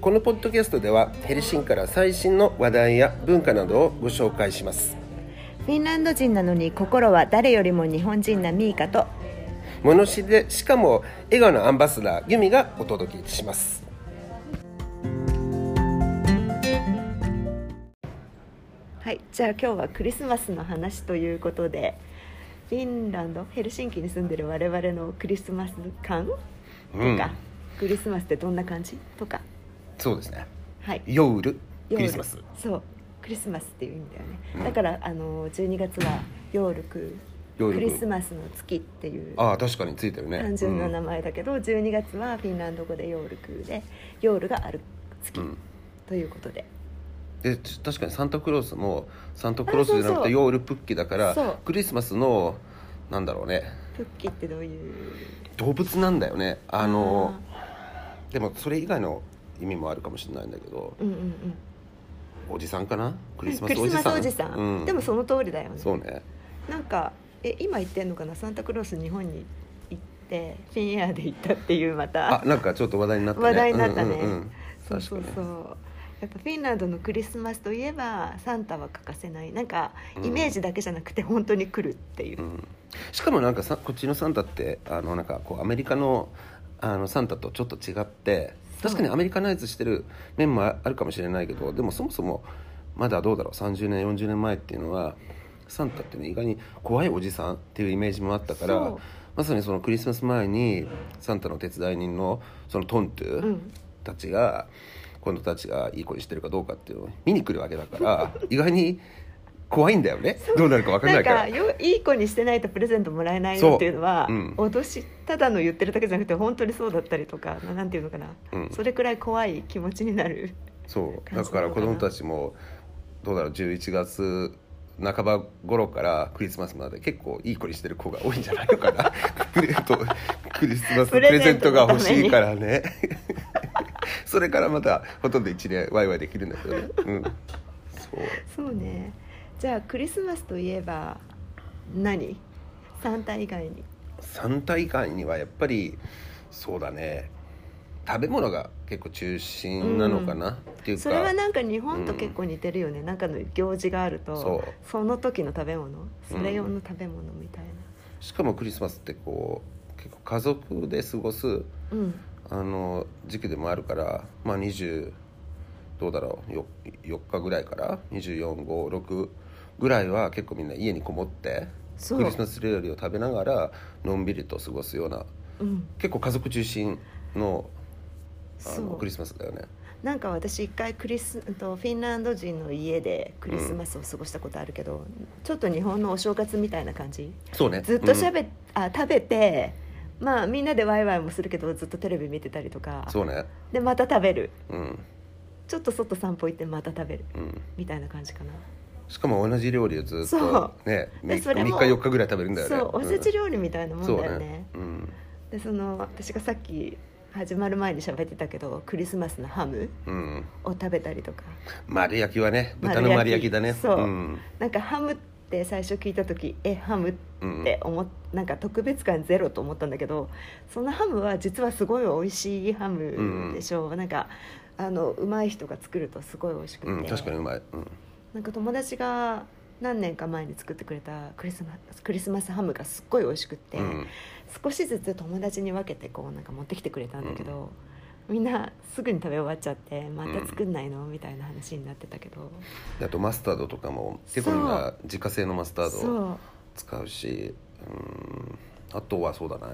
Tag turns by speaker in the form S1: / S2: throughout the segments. S1: このポッドキャストではヘルシンから最新の話題や文化などをご紹介します
S2: フィンランド人なのに心は誰よりも日本人なミイカと
S1: 物知りでしかも笑顔のアンバサダーユミがお届けします
S2: はいじゃあ今日はクリスマスの話ということでフィンランドヘルシンキに住んでる我々のクリスマス感とか、
S1: うん
S2: クリスマスってどんな感じとか
S1: そうですね
S2: はい
S1: ヨウルクリスマス
S2: 夜そうクリスマスっていう意味だよね、だからあの12月はヨールク
S1: ヨール
S2: ク
S1: ク
S2: リスマスの月っていう
S1: ああ確かについてるね
S2: 単純な
S1: うん
S2: 名前だけど、12月はフィンランド語でヨールクでヨールがある月、
S1: うん
S2: ということで
S1: でち確かにサンタクロースもサンタクロースじゃな
S2: あそ
S1: く
S2: うそ
S1: て
S2: う
S1: ヨールプッキだから
S2: そう
S1: クリスマスのなんだろうね
S2: プッキーってどういう
S1: 動物なんだよねあのでもそれ以外の意味もあるかもしれないんだけど
S2: あーうんうんうん
S1: おじさんかなクリスマ
S2: ク
S1: ス
S2: リ
S1: お
S2: ス
S1: じ
S2: マ
S1: さ
S2: ス
S1: ん
S2: おじさん、
S1: うん
S2: でもその通りだよね
S1: そうね
S2: なんかえ今言ってんのかなサンタクロース日本に行ってフィンエアで行ったっていうまた
S1: あなんかちょっと話題になったね
S2: 話題になったね
S1: うんうんうん
S2: そうそう
S1: 確
S2: そ
S1: か
S2: う
S1: に
S2: やっぱフィンランドのクリスマスといえばサンタは欠かせないなんかイメージだけじゃなくて本当に来るっていう、
S1: うんしかもなんかさこっちのサンタってあのなんかこうアメリカのあのサンタとちょっと違って
S2: そう
S1: 確かにアメリカナイズしてる面もあるかもしれないけどでもそもそもまだどうだろう30年40年前っていうのはサンタってね意外に怖いおじさんっていうイメージもあったから
S2: そう
S1: まさにそのクリスマス前にサンタの手伝い人のそのトントゥ、
S2: うん
S1: たちがこの子たちがいい子にしてるかどうかっていうのを見に来るわけだから 意外に怖いんだよねどうなるか分かんな
S2: ないん
S1: から
S2: かよいい子にしてないとプレゼントもらえない
S1: そう
S2: よっていうのは、
S1: うん
S2: 脅しただの言ってるだけじゃなくて本当にそうだったりとかななんていうのかな、
S1: うん
S2: それくらい怖い気持ちになる
S1: そう
S2: 感
S1: だ
S2: じ
S1: か
S2: な
S1: ら
S2: の
S1: 子
S2: かな
S1: 供たちもどうだろう11月半ば頃からクリスマスまで結構いい子にしてる子が多いんじゃないのか なプレートクリスマスプ
S2: プレ
S1: レゼ
S2: ゼ
S1: ン
S2: ン
S1: ト
S2: ト
S1: が
S2: のため
S1: 欲
S2: に
S1: しいからね それからまたほとんど1年ワイワイできるんだけどね、うん、そう
S2: そうねじゃあクリスマスといえば何サンタ以外に
S1: 3大会にはやっぱりそうだね食べ物が結構中心なのかな、っていうか
S2: それはなんか日本と結構似てるよね、なんかの行事があると
S1: そ
S2: そうの時の食べ物それ用の食べ物みたい
S1: しかもクリスマスってこう結構家族で過ごす
S2: なうん
S1: あの時期でもあるから、まあ、20どうだろうよ4日ぐらいから2456ぐらいは結構みんな家にこもって
S2: そう
S1: クリスマス料理を食べながらのんびりと過ごすような
S2: うん
S1: 結構家族中心のあ
S2: そ
S1: のク
S2: う
S1: リスマスだよね。
S2: なんか私一回クリスうんとフィンランド人の家でクリスマスを過ごしたことあるけど、ちょっと日本のお正月みたいな感じ
S1: そうね
S2: ずっと
S1: うん
S2: しゃべ、あ食べてまあみんなでワイワイもするけどずっとテレビ見てたりとか
S1: そうね
S2: でまた食べる
S1: うん
S2: ちょっと外散歩行ってまた食べる
S1: うん
S2: みたいな感じかな
S1: しかも同じ料理をずっ
S2: そう
S1: とね
S2: で
S1: 3日
S2: それも
S1: 4日ぐらい食べるんだよね
S2: そうおせち料理みたい
S1: 理
S2: なもんだよね、
S1: うん
S2: でその私がさっき始まる前に喋ってたけどクリスマスのハム
S1: うん
S2: を食べたりとか
S1: 丸焼きはね豚の丸焼
S2: 丸焼
S1: き
S2: き
S1: だね
S2: そうんなんかハムって最初聞いた時えハムっ
S1: うん
S2: て思っなんか特別感ゼロと思ったんだけどそのハムは実はすごい美味しいハムでしょう、なんかあのうまい人が作るとすごい美味しくて、
S1: うん、確かにうまい、うん、
S2: なんか友達が何年か前に作ってくれたクリスマスクリスマスハムがすっごい美味しくって、
S1: うん
S2: 少しずつ友達に分けてこうなんか持ってきてくれたんだけど、みんなすぐに食べ終わっちゃってまた作んないの、みたいな話になってたけど
S1: あとマスタードとかも結構みんな自家製のマスタードを
S2: そう
S1: 使うしうんあとはそうだな、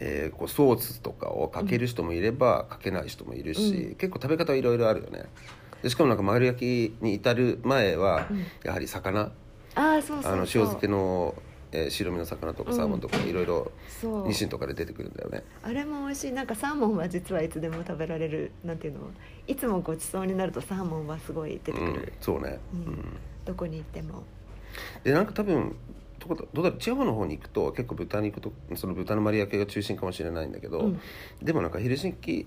S1: えーこうソースとかをかける人もいればかけない人もいるし、
S2: う
S1: 結構食べ方はいろいろあるよねでしかもなんか丸焼きに至る前は
S2: うん
S1: やはり魚、
S2: ああそうそうそう
S1: あの塩漬けの、えー白身の魚とかサーモンとかいろいろ
S2: そう
S1: ニシンとかで出てくるんだよね
S2: あれも美味しいなんかサーモンは実はいつでも食べられるなんていうのいつもごちそうになるとサーモンはすごい出てくる、
S1: うん、そうね、
S2: うん
S1: うん
S2: どこに行っても
S1: でなんか多分どこだどうだろう地方の方に行くと結構豚肉とその豚の丸焼きが中心かもしれないんだけど、
S2: うん
S1: でもなんかヘルシンキ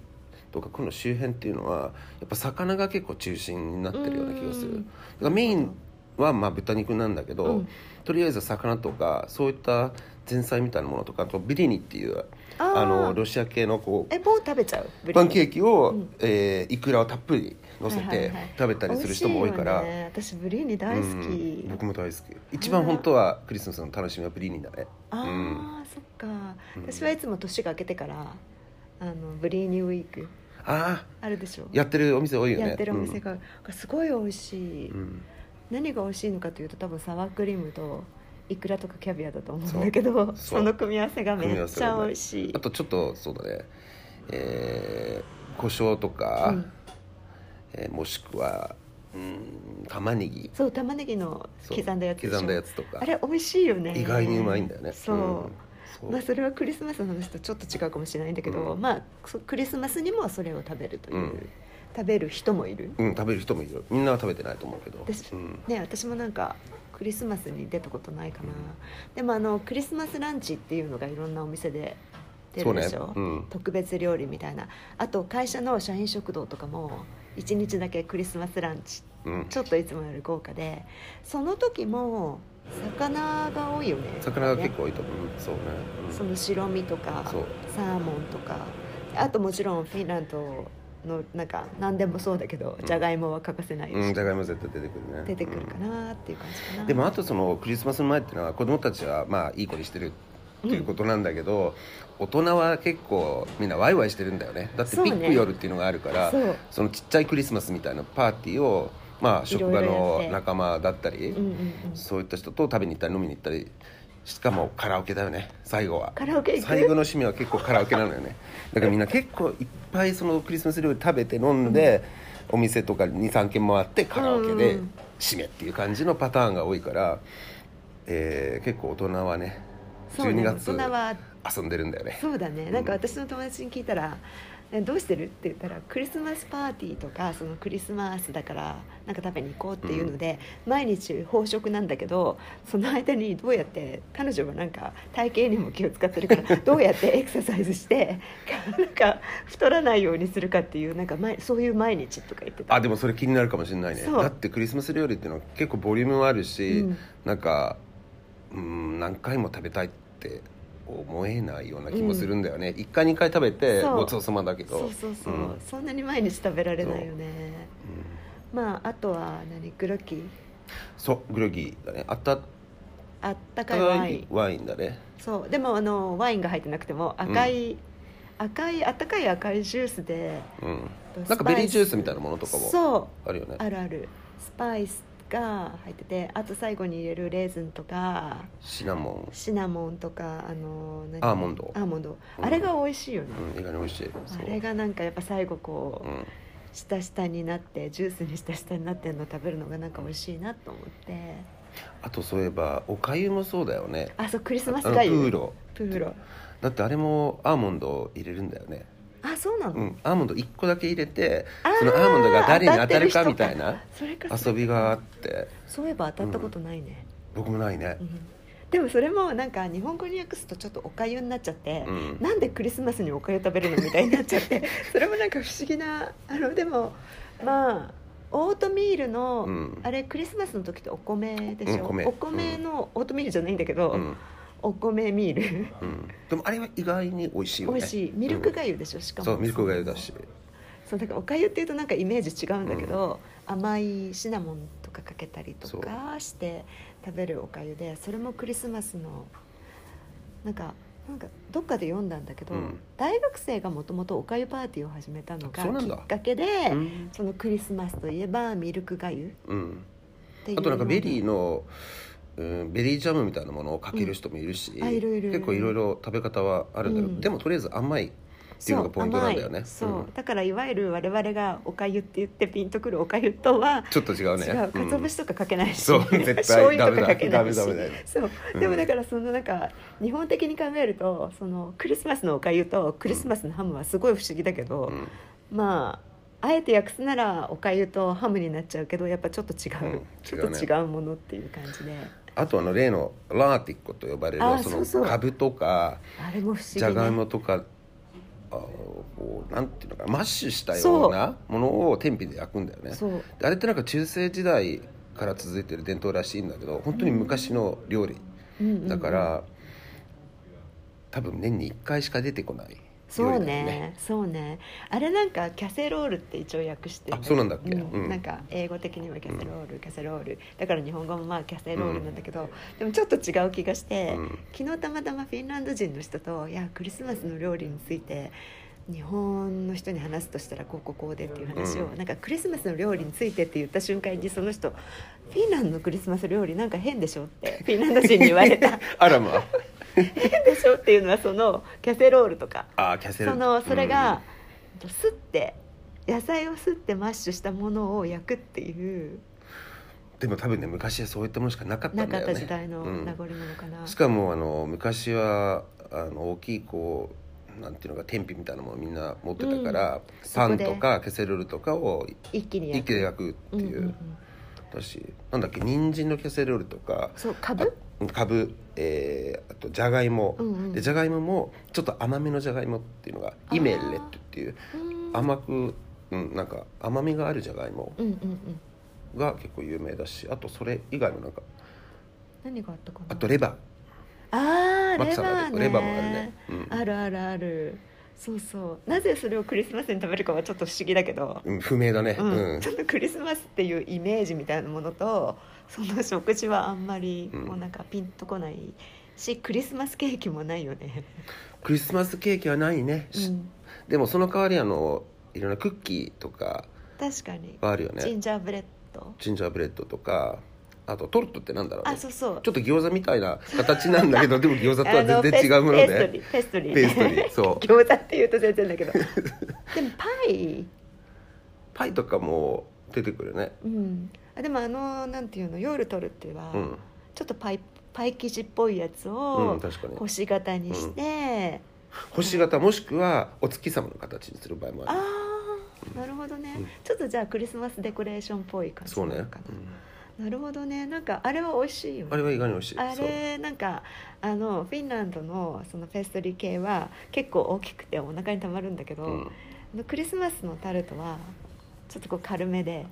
S1: とかこの周辺っていうのはやっぱ魚が結構中心になってるような気がする
S2: う
S1: だ
S2: ん
S1: からメインはまあ豚肉なんだけど、
S2: うん
S1: とりあえず魚とかそういった前菜みたいなものとかあとビリニっていう
S2: あー
S1: あのロシア系のこう
S2: えもう食べちゃうブリ
S1: パンケーキを、
S2: うん
S1: えーいくらをたっぷり乗せ
S2: はいはい
S1: て
S2: はい
S1: 食べたりする人も多いから、
S2: 美味しよね、私ブリーニ大好き、
S1: うん僕も大好き一番本当はクリスマスの楽しみはブリーニだね
S2: ああ、
S1: うん
S2: そっか
S1: うん
S2: 私はいつも年が明けてからあのブリーニウィーク
S1: ああ
S2: あるでしょ
S1: やってるお店多いよね
S2: やってるお店が、すごい美味しい、
S1: うん
S2: 何が美味しいのかというと多分サワークリームとイクラとかキャビアだと思うんだけど
S1: そう
S2: その組み合わせがめっちゃ美味しい
S1: あとちょっとそうだねえー、胡椒とか、
S2: うん
S1: えーもしくはうん玉ねぎ
S2: そう玉ねぎの
S1: そう
S2: 刻んだやつでしょ
S1: 刻んだやつとか
S2: あれ美味しいよね
S1: 意外にうまいんだよね
S2: そう、
S1: んそう
S2: まあ、それはクリスマスの話とちょっと違うかもしれないんだけど、
S1: うん
S2: まあそクリスマスにもそれを食べるという、
S1: うん
S2: 食べる人もいる、
S1: うん、食べる人もいるみんなは食べてないと思うけど
S2: です
S1: うん
S2: ね、私もなんかクリスマスに出たことないかな、でもあのクリスマスランチっていうのがいろんなお店で出
S1: そう
S2: る
S1: ね
S2: でしょ、
S1: うん
S2: 特別料理みたいなあと会社の社員食堂とかも1日だけクリスマスランチ
S1: うん、
S2: ちょっといつもより豪華でその時も魚が多いよね
S1: 魚が結構多いと思う、うんそうね、うん
S2: その白身とか
S1: そう
S2: サーモンとかあともちろんフィンランドのなんか何でもそうだけど
S1: うん
S2: じゃがいもは欠かせないし、
S1: うん、じゃがいも絶対出てくるね
S2: 出てくるかなっていう感じかな、
S1: でもあとそのクリスマスの前っていうのは子供たちはまあいい子にしてるっていうことなんだけど、大人は結構みんなワイワイしてるんだよねだって
S2: そう
S1: ビ
S2: ね
S1: ッグ夜っていうのがあるからそ,、
S2: そう
S1: のちっちゃいクリスマスみたいなパーティーをまあ
S2: いろ
S1: 職
S2: いろ
S1: 場
S2: やって
S1: の仲間だったり、
S2: うんうんうん
S1: そういった人と食べに行ったり飲みに行ったりしかもカラオケだよね最後は
S2: カラオケ行く
S1: 最後の趣味は結構カラオケなのよねだからみんな結構いっぱいそのクリスマス料理食べて飲んで、お店とか23軒回ってカラオケ
S2: う
S1: で
S2: んうん
S1: 締めっていう感じのパターンが多いから、えー結構大人はね
S2: そう
S1: 12
S2: ね
S1: 月
S2: 大人は
S1: 遊んでるんだよね
S2: そうだねなんか私の友達に聞いたら「えどうしてる?」って言ったらクリスマスパーティーとかそのクリスマスだからなんか食べに行こうっていうので、毎日飽食なんだけどその間にどうやって彼女はなんか体型にも気を使ってるからどうやってエクササイズして なんか太らないようにするかっていうなんか毎そういう毎日とか言ってた
S1: あでもそれ気になるかもしれないね
S2: そう
S1: だってクリスマス料理っていうのは結構ボリュームもあるし、
S2: うん
S1: なんかうん何回も食べたいって思えないような気もするんだよね、一1回2回食べて
S2: そう
S1: ごちそうさまだけど
S2: そうそうそう、
S1: うん
S2: そんなに毎日食べられないよね
S1: うん
S2: まああとは何グロッキー
S1: そうグロギーだねあった
S2: あったかいワ
S1: か
S2: イン
S1: いワインだね
S2: そうでもあのワインが入ってなくても赤い、赤いあったかい赤いジュースで
S1: うん
S2: スパイス
S1: なんかベリージュースみたいなものとかも
S2: そう
S1: あるよね
S2: あるあるスパイスが入っててあと最後に入れるレーズンとか
S1: シナモ
S2: シナモンとかあの何
S1: アーモンド
S2: アーモンド、
S1: うん
S2: あれが美味しいよね、
S1: ン、うん、意外に美味しいそう
S2: あれがなんかやっぱ最後こう、
S1: うん、
S2: 下下になってジュースに下下になってるのを食べるのがなんか美味しいなと思って
S1: あとそういえばおかゆもそうだよね
S2: あそうクリスマス
S1: あの
S2: がいい
S1: プーロ
S2: プーロ
S1: だってあれもアーモンドを入れるんだよね
S2: あそうなの、
S1: うん、アーモンド1個だけ入れて
S2: あー
S1: そのアーモンドが誰に当たるかみたいな
S2: それかそ
S1: 遊びがあって
S2: そういえば当たったことないね、
S1: 僕もないね
S2: うんでもそれもなんか日本語に訳すとちょっとおかゆになっちゃって、
S1: うん
S2: なんでクリスマスにおかゆ食べるのみたいになっちゃって それもなんか不思議なあのでもまあオートミールの、
S1: うん
S2: あれクリスマスの時ってお米でしょ、
S1: うん米
S2: お米の、オートミールじゃないんだけど、
S1: うん、
S2: お米ミール
S1: うん、でもあれは意外に美味しいよ
S2: 美
S1: ね
S2: 味しいミルクがゆでしょ、しかも
S1: そうミルクがゆだし
S2: そうだからおかゆっていうとなんかイメージ違うんだけど、甘いシナモンとかかけたりとかして食べるおかゆでそれもクリスマスのなんかなんかどっかで読んだんだけど、
S1: うん
S2: 大学生がもともとおかゆパーティーを始めたのが
S1: そうな
S2: き
S1: んだ
S2: っかけでそ,、
S1: うん
S2: のクリスマスといえばミルクがゆ
S1: うん
S2: っていう
S1: あとなんかベリーの、
S2: の
S1: うん、ベリージャムみたいなものをかける人もいるし、
S2: うんあいるいる
S1: 結構いろいろ食べ方はあるんだけど、
S2: うん
S1: でもとりあえず甘いっていうのがポイントなんだよね
S2: そう,甘
S1: う
S2: い、そうんだからいわゆる我々がおかゆって言ってピンとくるおかゆとは
S1: ちょっと違うね
S2: 違う鰹節とかかけないし、
S1: そう絶対
S2: 醤油とかかけな
S1: ダ
S2: い
S1: メ
S2: し
S1: ダメダメダメ
S2: そう
S1: うん
S2: でもだからそのなんか日本的に考えるとそのクリスマスのおかゆとクリスマスのハムはすごい不思議だけど、
S1: うんうん
S2: まああえて訳すならおかゆとハムになっちゃうけどやっぱちょっと違う、
S1: うん
S2: ち
S1: 違
S2: ょ
S1: う
S2: っ
S1: ね
S2: と違うものっていう感じで
S1: あとあの例のラーティッコと呼ばれる
S2: あ
S1: そ
S2: そうそう
S1: の株とか
S2: あれも不思議、ね、
S1: じゃがいもとかあこうなんていうのかなマッシュしたようなものを天日で焼くんだよね
S2: そう
S1: あれってなんか中世時代から続いてる伝統らしいんだけど本当に昔の料理
S2: うんうんうん
S1: だから、多分年に1回しか出てこない
S2: そう
S1: 料理だよ
S2: ねそうねあれなんかキャセロールって一応訳してる
S1: あそうなんだっけうん
S2: なんか英語的にはキャセロール、キャセロールだから日本語もまあキャセロールなんだけど、でもちょっと違う気がして、
S1: うん
S2: 昨日たまたまフィンランド人の人といやクリスマスの料理について日本の人に話すとしたらこうこうこうでっていう話を、
S1: うん
S2: なんかクリスマスの料理についてって言った瞬間にその人「フィンランドのクリスマス料理なんか変でしょ」ってフィンランド人に言わ れた
S1: あらま
S2: 変でしょっていうのはそのキャセロールとか
S1: ああキャセル
S2: そのそれが、すって野菜をすってマッシュしたものを焼くっていう
S1: うんでも多分ね昔はそういったものしかなかった
S2: なん
S1: だ
S2: か
S1: よ
S2: っ
S1: ね
S2: た時代の
S1: うん
S2: 名残なのかな、
S1: しかもあの昔はあの大きいこうなんていうのか天日みたいなのもみんな持ってたから、
S2: そ
S1: パ
S2: こ
S1: ン
S2: で
S1: とかケセルルとかを
S2: 一気に
S1: 一気
S2: 焼く
S1: で焼くっていう、
S2: うんうんうん
S1: だしなんだっけ人参のケセルルとか
S2: そうかぶ
S1: あかぶ、えーあとじゃがいも、
S2: うんうん
S1: でじゃがいももちょっと甘めのじゃがいもっていうのが
S2: あー
S1: イメレットっていう
S2: うん
S1: 甘く、うん、なんか甘みがあるじゃがいも
S2: うんうんうん
S1: が結構有名だしあとそれ以外もなんか
S2: 何があったかな
S1: あとレバ
S2: あ
S1: ー
S2: ー
S1: マキ
S2: レ
S1: さんが出
S2: バー
S1: て
S2: ね
S1: レバーもあるね、うん、
S2: あるあるあるそうそうなぜそれをクリスマスに食べるかはちょっと不思議だけど、
S1: うん不明だね、
S2: うん
S1: うん
S2: ちょっとクリスマスっていうイメージみたいなものとその食事はあんまり
S1: うん
S2: もうなんかピンとこないし、クリスマスケーキもないよね、
S1: クリスマスケーキはないね、
S2: う
S1: し
S2: ん、
S1: でもその代わりあのいろんなクッキーとか
S2: 確かに、
S1: はあるよ
S2: ジ
S1: ね
S2: ンジャーブレッド
S1: ジンジャーブレッドとかあとトルトってなんだろうね
S2: あそうそう
S1: ちょっと餃子みたいな形なん だけどでも餃子と
S2: あ
S1: は
S2: の
S1: 全然違うもので
S2: ペストリー
S1: ペ
S2: ペ
S1: ース
S2: ス
S1: ト
S2: ト
S1: リ
S2: リー
S1: ー そう
S2: 餃子っていうと全然だ けどでもパイ
S1: パイとかも出てくるよね
S2: うんあでもあのなんていうの夜取るっては、
S1: うん、
S2: ちょっとパイパイ生地っぽいやつ
S1: うん、
S2: を
S1: 確かに
S2: 星型にして、
S1: 星型もしくはお月様の形にする場合もあ
S2: あ
S1: る
S2: あなるほどね、
S1: うん
S2: ちょっとじゃあクリスマスデコレーションっぽい感じ
S1: そ
S2: な
S1: うね、
S2: のかな、なるほどねなんかあれは美味しいよ
S1: うんあれ
S2: ね
S1: は意外に美味しい
S2: あ
S1: そう
S2: れなんかあのフィンランドのそのペーストリー系は結構大きくてお腹にたまるんだけど、
S1: うん
S2: あのクリスマスのタルトはちょっとこう軽めで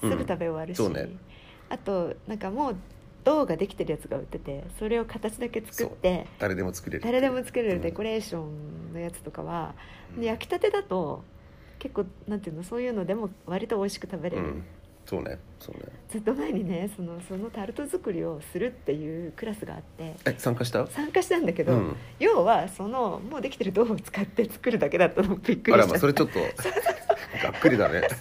S2: すぐ食べ終わるし、
S1: うんそうね
S2: あとなんかもう銅ができてるやつが売っててそれを形だけ作って
S1: 誰でも作れる
S2: 誰でも作れるデコ
S1: れ、
S2: レーションのやつとかは、
S1: うん
S2: で焼きたてだと結構なんていうのそういうのでも割と美味しく食べれ
S1: う
S2: る、
S1: ん、そうねそうね
S2: ずっと前にねそのそのタルト作りをするっていうクラスがあって
S1: え参加した
S2: 参加したんだけど、
S1: うん
S2: 要はそのもうできてる銅を使って作るだけだとびっく
S1: あ
S2: り
S1: らまあ
S2: しちゃった
S1: それちょっとがっくりだね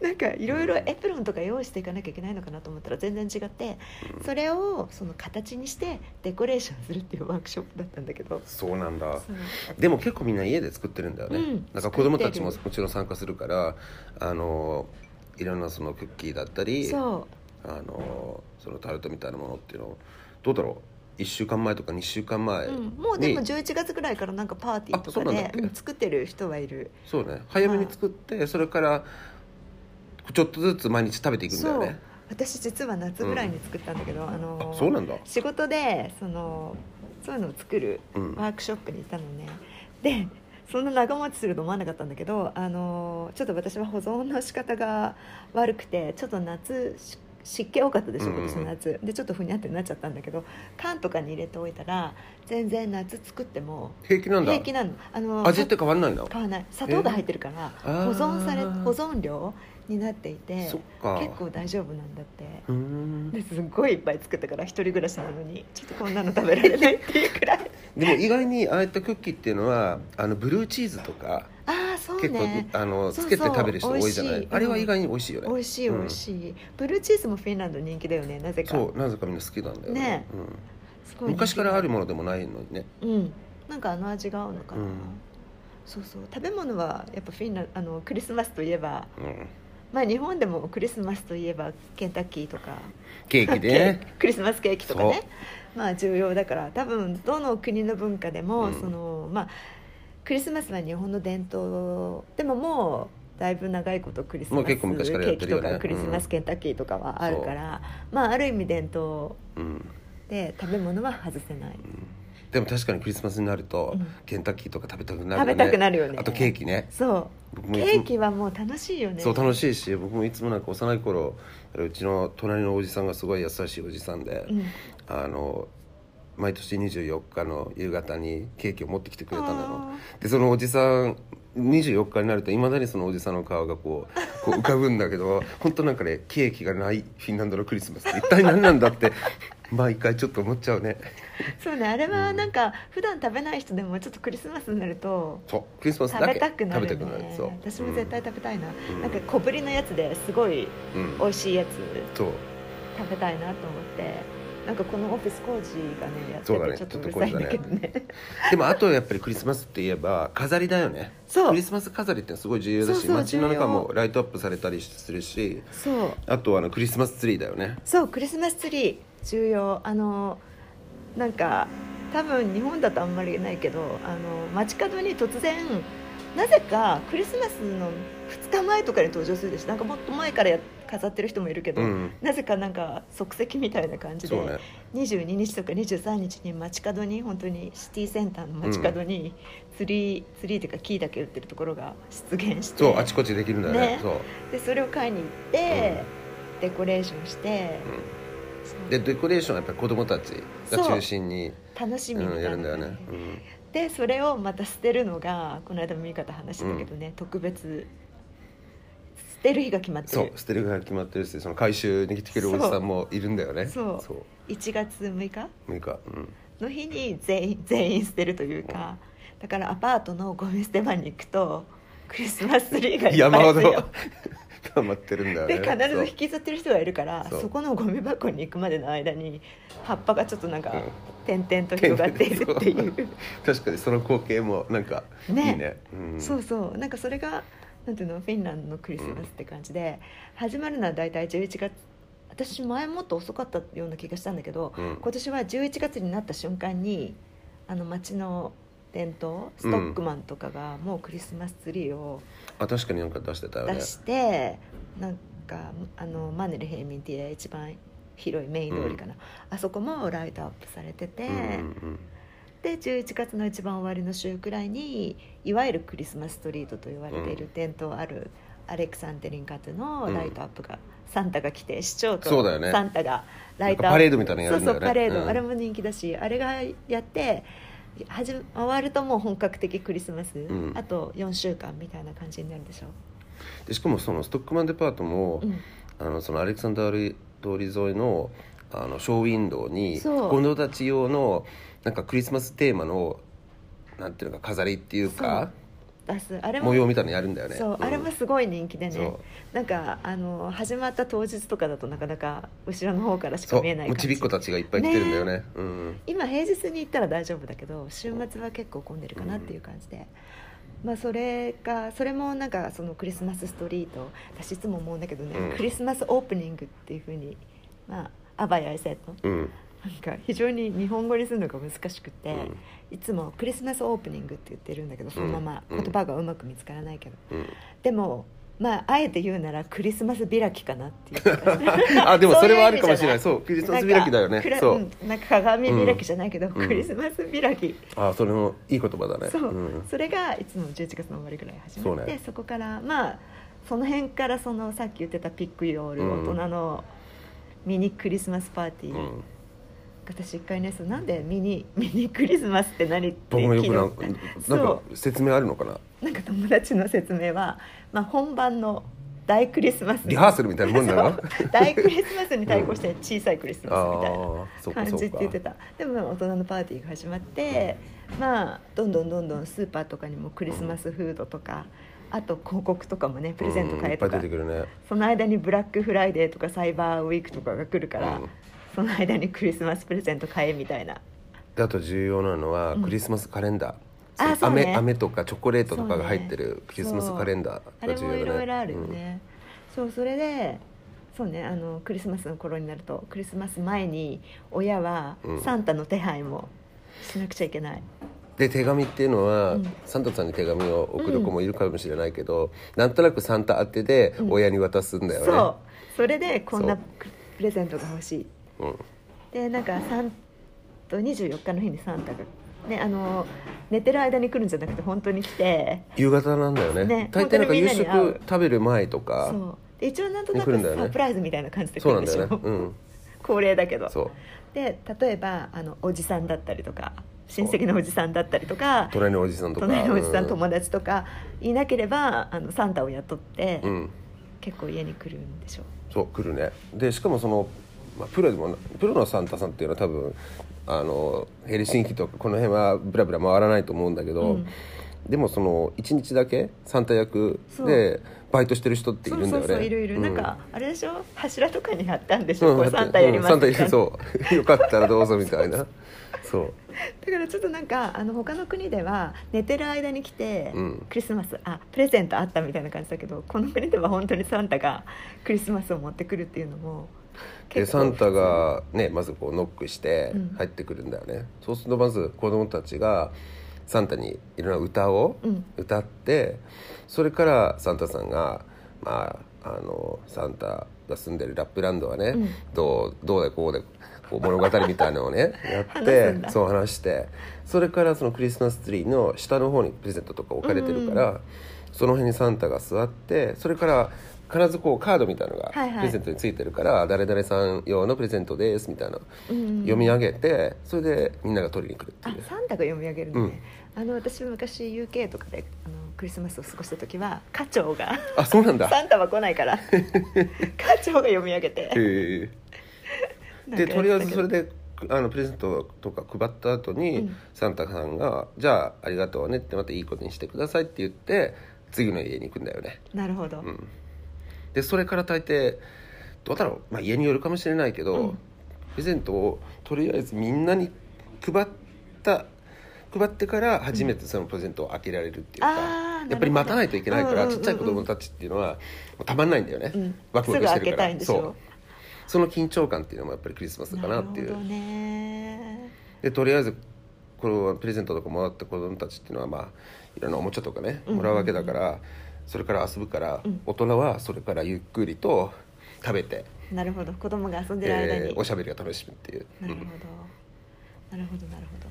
S2: なんかいろいろエプロンとか用意していかなきゃいけないのかなと思ったら全然違って
S1: うん
S2: それをその形にしてデコレーションするっていうワークショップだったんだけど
S1: そうなんだ
S2: そう
S1: でも結構みんな家で作ってるんだよね、
S2: うん
S1: なんか子供たちも
S2: 作
S1: もちろん参加するからあのいろんなそのクッキーだったりあ
S2: そう
S1: のそのタルトみたいなものっていうのをどうだろう1週間前とか2週間前に、
S2: うん、もうでも11月ぐらいからなんかパーティーとか
S1: あそうなんだ
S2: で
S1: っ、け
S2: うん作ってる人はいる
S1: そうね早めに作ってそれからちょっとずつ毎日食べていくんだよ
S2: そう
S1: ね
S2: 私実は夏ぐらいに作ったんだけど、あのー
S1: あそうなんだ
S2: 仕事でそのそういうのを作る
S1: うん
S2: ワークショップに行ったのねでそんな長持ちすると思わなかったんだけどあのちょっと私は保存の仕方が悪くてちょっと夏し湿気多かったでしょ
S1: うんうんう
S2: 今
S1: ん
S2: 年の夏でちょっとふにゃってなっちゃったんだけど缶とかに入れておいたら全然夏作っても
S1: 平気なんだ
S2: 平気なのあの
S1: 味って変わんないの
S2: 買わない砂糖が入ってるから
S1: えー
S2: 保存され
S1: あー
S2: 保存量になっていて
S1: そっか
S2: 結構大丈夫なんだって
S1: うーん
S2: ですごいいっぱい作ったから一人暮らしなのにちょっとこんなの食べられないっていう くらい
S1: でも意外にああいったクッキーっていうのはあのブルーチーズとか
S2: ああそう
S1: 結構、
S2: ね
S1: あの
S2: そう
S1: つ
S2: そう
S1: けて食べる人多いじゃない
S2: 美味しい
S1: あれは意外に美味しいよね、
S2: 美味しい美
S1: うん
S2: 味しい、ブルーチーズもフィンランド人気だよねなぜか
S1: そうなぜかみんな好きなんだよね
S2: ねす
S1: う
S2: ご
S1: ん、
S2: い人気
S1: 昔からあるものでもないのにね
S2: うんなんかあの味が合うのかな、
S1: うん
S2: そうそう食べ物はやっぱフィンランあのクリスマスといえば
S1: うん
S2: まあ日本でもクリスマスといえばケンタッキーとか
S1: ケーキで
S2: クリスマスケーキとかねまあ重要だから多分どの国の文化でも、
S1: うん
S2: そのまあクリスマスは日本の伝統でももうだいぶ長いことクリスマ
S1: も
S2: ス
S1: う
S2: ケ
S1: 結構昔からやっ
S2: ー
S1: て
S2: キ
S1: るよ
S2: と
S1: ね
S2: か、クリスマ
S1: うん
S2: スケンタッキーとかはあるから、まあある意味伝統
S1: うん、
S2: で食べ物は外せない、
S1: うんでも確かにクリスマスになると、
S2: うん
S1: ケンタッキーとか食べたくなる
S2: 食べたくなるよね
S1: あとケーキね
S2: そ
S1: 僕
S2: う
S1: もい
S2: ケ
S1: つも
S2: ーキはもう楽しいよね
S1: そう楽しいし僕もいつもなんか幼い頃うちの隣のおじさんがすごい優しいおじさんで、
S2: うん
S1: あの毎年24日の夕方にケーキを持ってきてくれたのよ
S2: あ
S1: でそのおじさん24日になるといまだにそのおじさんの顔がこうこう浮かぶんだけど 本当なんかねケーキがないフィンランドのクリスマスって一体何なんだって 毎回ちょっと思っちゃうね
S2: そうねあれはなんか普段食べない人でもちょっとクリスマスになると
S1: そうクリスマス
S2: 食
S1: だ
S2: べ
S1: け
S2: たくなる,、ね、
S1: 食べたくなるそう
S2: 私も絶対食べたいな、
S1: うん
S2: なんか小ぶりのやつですごい
S1: うん
S2: 美味しいやつ
S1: そう
S2: 食べたいなと思ってなんかこのオフィス工事がねやっ
S1: そうだね
S2: ててちょっとうるさいんだけどね
S1: でもあとやっぱりクリスマスって言えば飾りだよね
S2: そ
S1: ク
S2: う
S1: リスマス飾りってすごい重要だし
S2: そうそう
S1: 街の
S2: 重要
S1: 中もライトアップされたりするし
S2: そう
S1: あとあのクリスマスツリーだよね
S2: そうクリスマスツリー重要あのなんか多分日本だとあんまりないけどあの街角に突然なぜかクリスマスの2日前とかに登場するでしょなんかもっと前からや飾ってる人もいるけど、
S1: うん
S2: なぜかなんか即席みたいな感じで、
S1: そうね
S2: 22日とか23日に街角に本当にシティセンターの街角にツリー、ツリーというか木だけ売ってるところが出現して
S1: そうあちこちできるんだよね
S2: ね
S1: そう、
S2: でそれを買いに行って、デコレーションして、
S1: うん、でデコレーションはやっぱり子供たちが中心に
S2: 楽し
S1: う、
S2: みみた
S1: ん、
S2: い
S1: やる
S2: な
S1: ん
S2: 感
S1: だよ
S2: じ、
S1: ね、うん、
S2: でそれをまた捨てるのがこの間も見方話したけどね、特別捨てる日が決まって
S1: そう
S2: る
S1: 捨てるが決まってるしその回収に来てくれるおじさんもいるんだよね
S2: そう
S1: そう
S2: 1月6日
S1: 6日うん
S2: の日に全員全員捨てるというか、だからアパートのゴミ捨て場に行くとクリスマスツリーがいっ
S1: 山
S2: ぱい
S1: ほ
S2: ですよ
S1: ど 溜まってるんだよね
S2: で必
S1: そう
S2: ず引きずってる人がいるから
S1: そ
S2: そうこのゴミ箱に行くまでの間に葉っぱがちょっとなんか
S1: うん
S2: 点々と広がっているって いう
S1: 確かにその光景もなんかいい
S2: ね
S1: ねうん、
S2: そうそうなんかそれがなんていうのフィンランドのクリスマスって感じで、始まるのは大体11月私前もっと遅かったような気がしたんだけど、
S1: うん
S2: 今年は11月になった瞬間にあの街の伝統ストックマンとかがもうクリスマスツリーを
S1: あ確かになんか出してたよね
S2: 出して、なんかあのマネルヘイミンっていう一番広いメイン通りかな、あそこもライトアップされてて、
S1: うんうん
S2: で11月の一番終わりの週くらいにいわゆるクリスマスストリートと言われている伝統あるアレクサンテリンカトゥのライトアップが、サンタが来て市長
S1: そう
S2: と
S1: だよね
S2: サンタがライト
S1: なん
S2: アップ、
S1: かパレードみたいなのやるんだよね
S2: そうそうパレード、
S1: うん
S2: あれも人気だしあれがやって始ま終わるともう本格的クリスマス、
S1: ん
S2: あと4週間みたいな感じになるでしょ、
S1: うんでしかもそのストックマンデパートも、
S2: うん
S1: あのそのアレクサンダー通り沿いのあのショーウィンドウに
S2: そう
S1: 子供たち用のなんかクリスマステーマのなんていうのか飾りっていうか
S2: 出すあれも
S1: 模様みたいなのやるんだよね
S2: そう、
S1: ん
S2: あれもすごい人気で
S1: そ
S2: ね
S1: う
S2: なんかあの始まった当日とかだとなかなか後ろの方からし
S1: そ
S2: か
S1: う
S2: 見えない
S1: もうち
S2: 感じ
S1: びっ子たちがいっぱい来てるんだよねうん
S2: 今平日に行ったら大丈夫だけど週末は結構混んでるかなっていう感じで、まあそれがそれもなんかそのクリスマスストリート私いつも思うんだけどね、
S1: うん
S2: クリスマスオープニングっていうふうにまあアバイアイセット
S1: うん
S2: なんか非常に日本語にするのが難しくて、
S1: うん
S2: いつもクリスマスオープニングって言ってるんだけどそのまま
S1: うん
S2: 言葉がうまく見つからないけど、
S1: うん
S2: でもまああえて言うならクリスマス開きかなって いう
S1: あでもそれはあるかもしれない
S2: そう
S1: そうクリ
S2: いう意味
S1: ス
S2: じゃ
S1: マス
S2: ない
S1: 開きだよ
S2: なんか
S1: ね
S2: 暗
S1: そう、
S2: うんなんか鏡開きじゃないけど、
S1: ん
S2: クリスマス開き、
S1: あそれもいい言葉だね
S2: そう、
S1: ん
S2: それがいつも11月の終わりぐらい始まっ
S1: そ
S2: て
S1: う
S2: そ,、
S1: ね
S2: こからまあその辺からそのさっき言ってたピックヨール、
S1: うん
S2: 大人のミニクリスマスパーティー、
S1: うん
S2: 私一回ねそうなんでミニミニクリスマスって何って
S1: 僕もよくなん
S2: 聞いたこと
S1: なん
S2: ない
S1: か説明あるのかな
S2: そうなんか友達の説明は、まあ、本番の大クリスマス
S1: リハーサルみたいなもんなの
S2: そう 大クリスマスに対抗して小さいクリス
S1: あ
S2: マスみたい
S1: あ
S2: な。
S1: そうか
S2: 感
S1: そ
S2: じって
S1: うか
S2: 言ってたでもまあ大人のパーティーが始まってまあどんどんどんどんスーパーとかにもクリスマスフードとか、あと広告とかもねプレゼント
S1: うん
S2: 買
S1: い
S2: え
S1: っぱ
S2: と
S1: い
S2: か、
S1: 出てくるね
S2: その間にブラックフライデーとかサイバーウィークとかが来るから、
S1: うん
S2: その間にクリスマスプレゼント買えみたいな
S1: であと重要なのはクリスマスカレンダー、
S2: あ
S1: その
S2: そう
S1: 飴
S2: ね
S1: 飴とかチョコレートとかが入って
S2: そう
S1: る
S2: ね
S1: クリスマスカレンダ
S2: あ
S1: ー
S2: れ
S1: が重要
S2: も
S1: だね
S2: いろいろあるよね、そうそれでそうねあのクリスマスの頃になるとクリスマス前に親は
S1: うん
S2: サンタの手配もしなくちゃいけない、
S1: うんで手紙っていうのは、
S2: うん
S1: サンタさんに手紙を送る子もいるかもしれないけど、なんとなくサンタ宛てで親に渡すんだよね、
S2: そうそれでこんな
S1: そう
S2: プレゼントが欲しい
S1: うん
S2: でなんかサンと24日の日にサンタが、ね、あの寝てる間に来るんじゃなくて本当に来て
S1: 夕方なんだよね
S2: ね
S1: 大体なんか夕
S2: 本当にみんなに会
S1: 食
S2: う
S1: 食べる前とか
S2: そうで一応なんとな
S1: 来る
S2: く
S1: んだよね
S2: サプライズみたいな感じで来
S1: そう
S2: る
S1: なんん
S2: で
S1: だ
S2: しょ
S1: よねうん
S2: 恒例だけど
S1: そう
S2: で例えばあのおじさんだったりとか親戚のおじさんだったりとか
S1: 隣のおじさんとか
S2: 隣のおじさん、
S1: うん
S2: 友達とかいなければあのサンタを雇って、
S1: うん
S2: 結構家に来るんでしょ
S1: そう来るねでしかもその、まあ、プロでもなプロのサンタさんっていうのは多分あのヘルシンキとかこの辺はブラブラ回らないと思うんだけど、
S2: うん
S1: でもその1日だけサンタ役でバイトしてる人ってい
S2: そ
S1: るんだ
S2: う
S1: よね
S2: そうそういるいる、
S1: う
S2: なんかあれでしょ柱とかに貼ったんでし
S1: う
S2: ょ、
S1: ん
S2: これサンタやります
S1: うん
S2: みたいな、
S1: サンタそうよかったらどうぞみた いなそう
S2: だからちょっとなんかあの他の国では寝てる間に来て、
S1: うん
S2: クリスマスあプレゼントあったみたいな感じだけどこの国では本当にサンタがクリスマスを持ってくるっていうのも
S1: で
S2: 結構
S1: サンタがねまずこうノックして
S2: うん
S1: 入ってくるんだよね、そうするとまず子供たちがサンタにいろんな歌を
S2: うん
S1: 歌って、それからサンタさんがまああのサンタが住んでるラップランドはね、
S2: うん
S1: どうどうでこうでこう物語みたいなのを ねやっ
S2: 話すん
S1: て
S2: だ
S1: そう話してそれからそのクリスマスツリーの下の方にプレゼントとか置かれてるから、その辺にサンタが座ってそれから必ずこうカードみたいなのが
S2: はいは
S1: プ
S2: い
S1: レゼントについてるから、誰々さん用のプレゼントですみたいな、
S2: うん
S1: 読み上げてそれでみんなが取りに来るって
S2: あ
S1: いう。
S2: サンタが読み上げるのね、あの私昔 UK とかであのクリスマスを過ごした時は課長が
S1: あそうなんだ
S2: サンタは来ないから 課長が読み上げて
S1: へえ
S2: なん
S1: で
S2: か
S1: とりあえずそれ
S2: やっ
S1: で
S2: て
S1: あのプレゼントとか配った後に、
S2: うん
S1: サンタさんが「じゃあありがとうね」ってまたいいことにしてくださいって言って次の家に行くんだよね、
S2: たけどなるほど、
S1: うん、でそれから大抵どうだろう、まあ、家によるかもしれないけど、
S2: うん
S1: プレゼントをとりあえずみんなに配った配ってから初めてそのプレゼントを開けられるっていうか、
S2: うんあー
S1: やっぱり待たないといけないから、
S2: なるほど
S1: ちっちゃい子供たちっていうのはもうたまんないんだよね、
S2: うん
S1: ワクワ
S2: す
S1: クして
S2: ぐ開
S1: る
S2: け
S1: から
S2: たいんでし
S1: そう
S2: ょ
S1: その緊張感っていうのもやっぱりクリスマスかなっていう
S2: るほどね
S1: でとりあえずこのプレゼントとかもらった子供たちっていうのはまあいろんなおもちゃとかね
S2: うん
S1: もらうわけだから、それから遊ぶから、
S2: うん
S1: 大人はそれからゆっくりと食べて、
S2: なるほど子供が遊んでる間に、
S1: えーおしゃべりが楽しむっていう、
S2: なるほ
S1: う
S2: ど
S1: ん、
S2: なるほどなるほど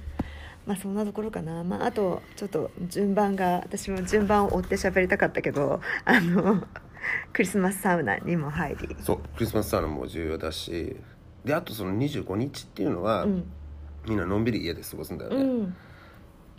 S2: まあそんなところかな、まあ、あとちょっと順番が私も順番を追って喋りたかったけどあの クリスマスサウナにも入り
S1: そうクリスマスサウナも重要だしであとその25日っていうのは、
S2: うん、
S1: みんなのんびり家で過ごすんだよね、
S2: うん、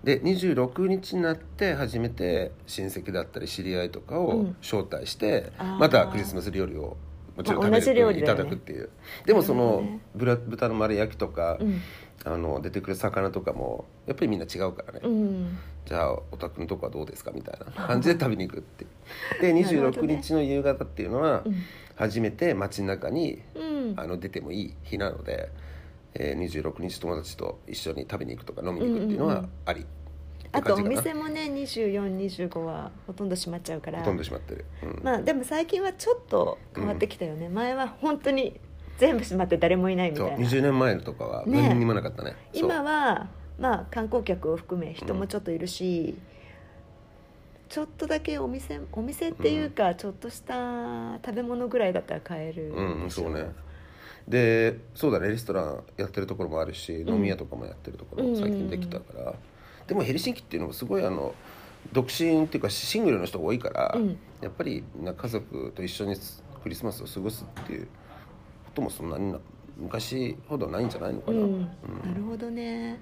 S1: で26日になって初めて親戚だったり知り合いとか
S2: う
S1: を
S2: ん
S1: 招待して、
S2: あー
S1: またクリスマス料理をもちろん
S2: まあ
S1: 食べる
S2: 同じ料理
S1: い
S2: だよ
S1: た
S2: ね
S1: だくっていう、でもそ
S2: なるほ
S1: の
S2: どね
S1: ぶら豚の丸焼きとか、
S2: うん
S1: あの出てくる魚とかもやっぱりみんな違うからね、
S2: うん
S1: じゃあお宅のとこはどうですかみ たいな感じで食べに行くっていうで26日の夕方っていうのは
S2: うん
S1: 初めて街中に
S2: うん
S1: あの出てもいい日なので、えー、26日友達と一緒に食べに行くとか飲みに行くっていうの
S2: うんうん
S1: は
S2: うん
S1: あり、
S2: あとお
S1: って感じかな
S2: 店もね2425はほとんど閉まっちゃうから
S1: ほとんど閉まってる、うん
S2: まあでも最近はちょっと変わってきたよね、前は本当に全部閉まって誰もいないみた
S1: そう
S2: いな
S1: 20年前のとかは
S2: ね
S1: 何にもなかったねそう
S2: 今はまあ観光客を含め人もちょっといるし、ちょっとだけお店お店っていうかちょっとした食べ物ぐらいだったら買える
S1: うんそうねでそうだねレストランやってるところもあるし、
S2: ん
S1: 飲み屋とかもやってるところ
S2: うん
S1: も
S2: うんうん
S1: 最近できたから、でもヘルシンキっていうのもすごいあの独身っていうかシングルの人が多いから、
S2: うん
S1: やっぱりみんな家族と一緒にクリスマスを過ごすっていうこともそんなにな昔ほどないんじゃないのか
S2: うん、
S1: な、
S2: なるほどね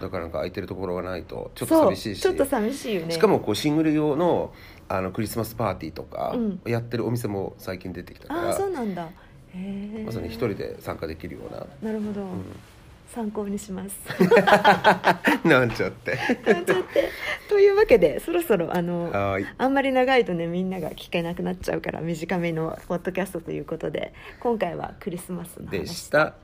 S1: だからなんか空いてるところがないとち
S2: ち
S1: ょっと寂しいし
S2: ちょっと寂しいよね
S1: しかもこうシングル用のあのクリスマスパーティーとか
S2: うん
S1: やってるお店も最近出てきたか
S2: ああ
S1: ら、
S2: そうなんだへえ
S1: まさに一人で参加できるような
S2: なるほど、参考にします
S1: なんちゃって
S2: 感じってというわけでそろそろあの
S1: はーい
S2: あんまり長いとねみんなが聞けなくなっちゃうから短めのポッドキャストということで今回はクリスマスの話
S1: でした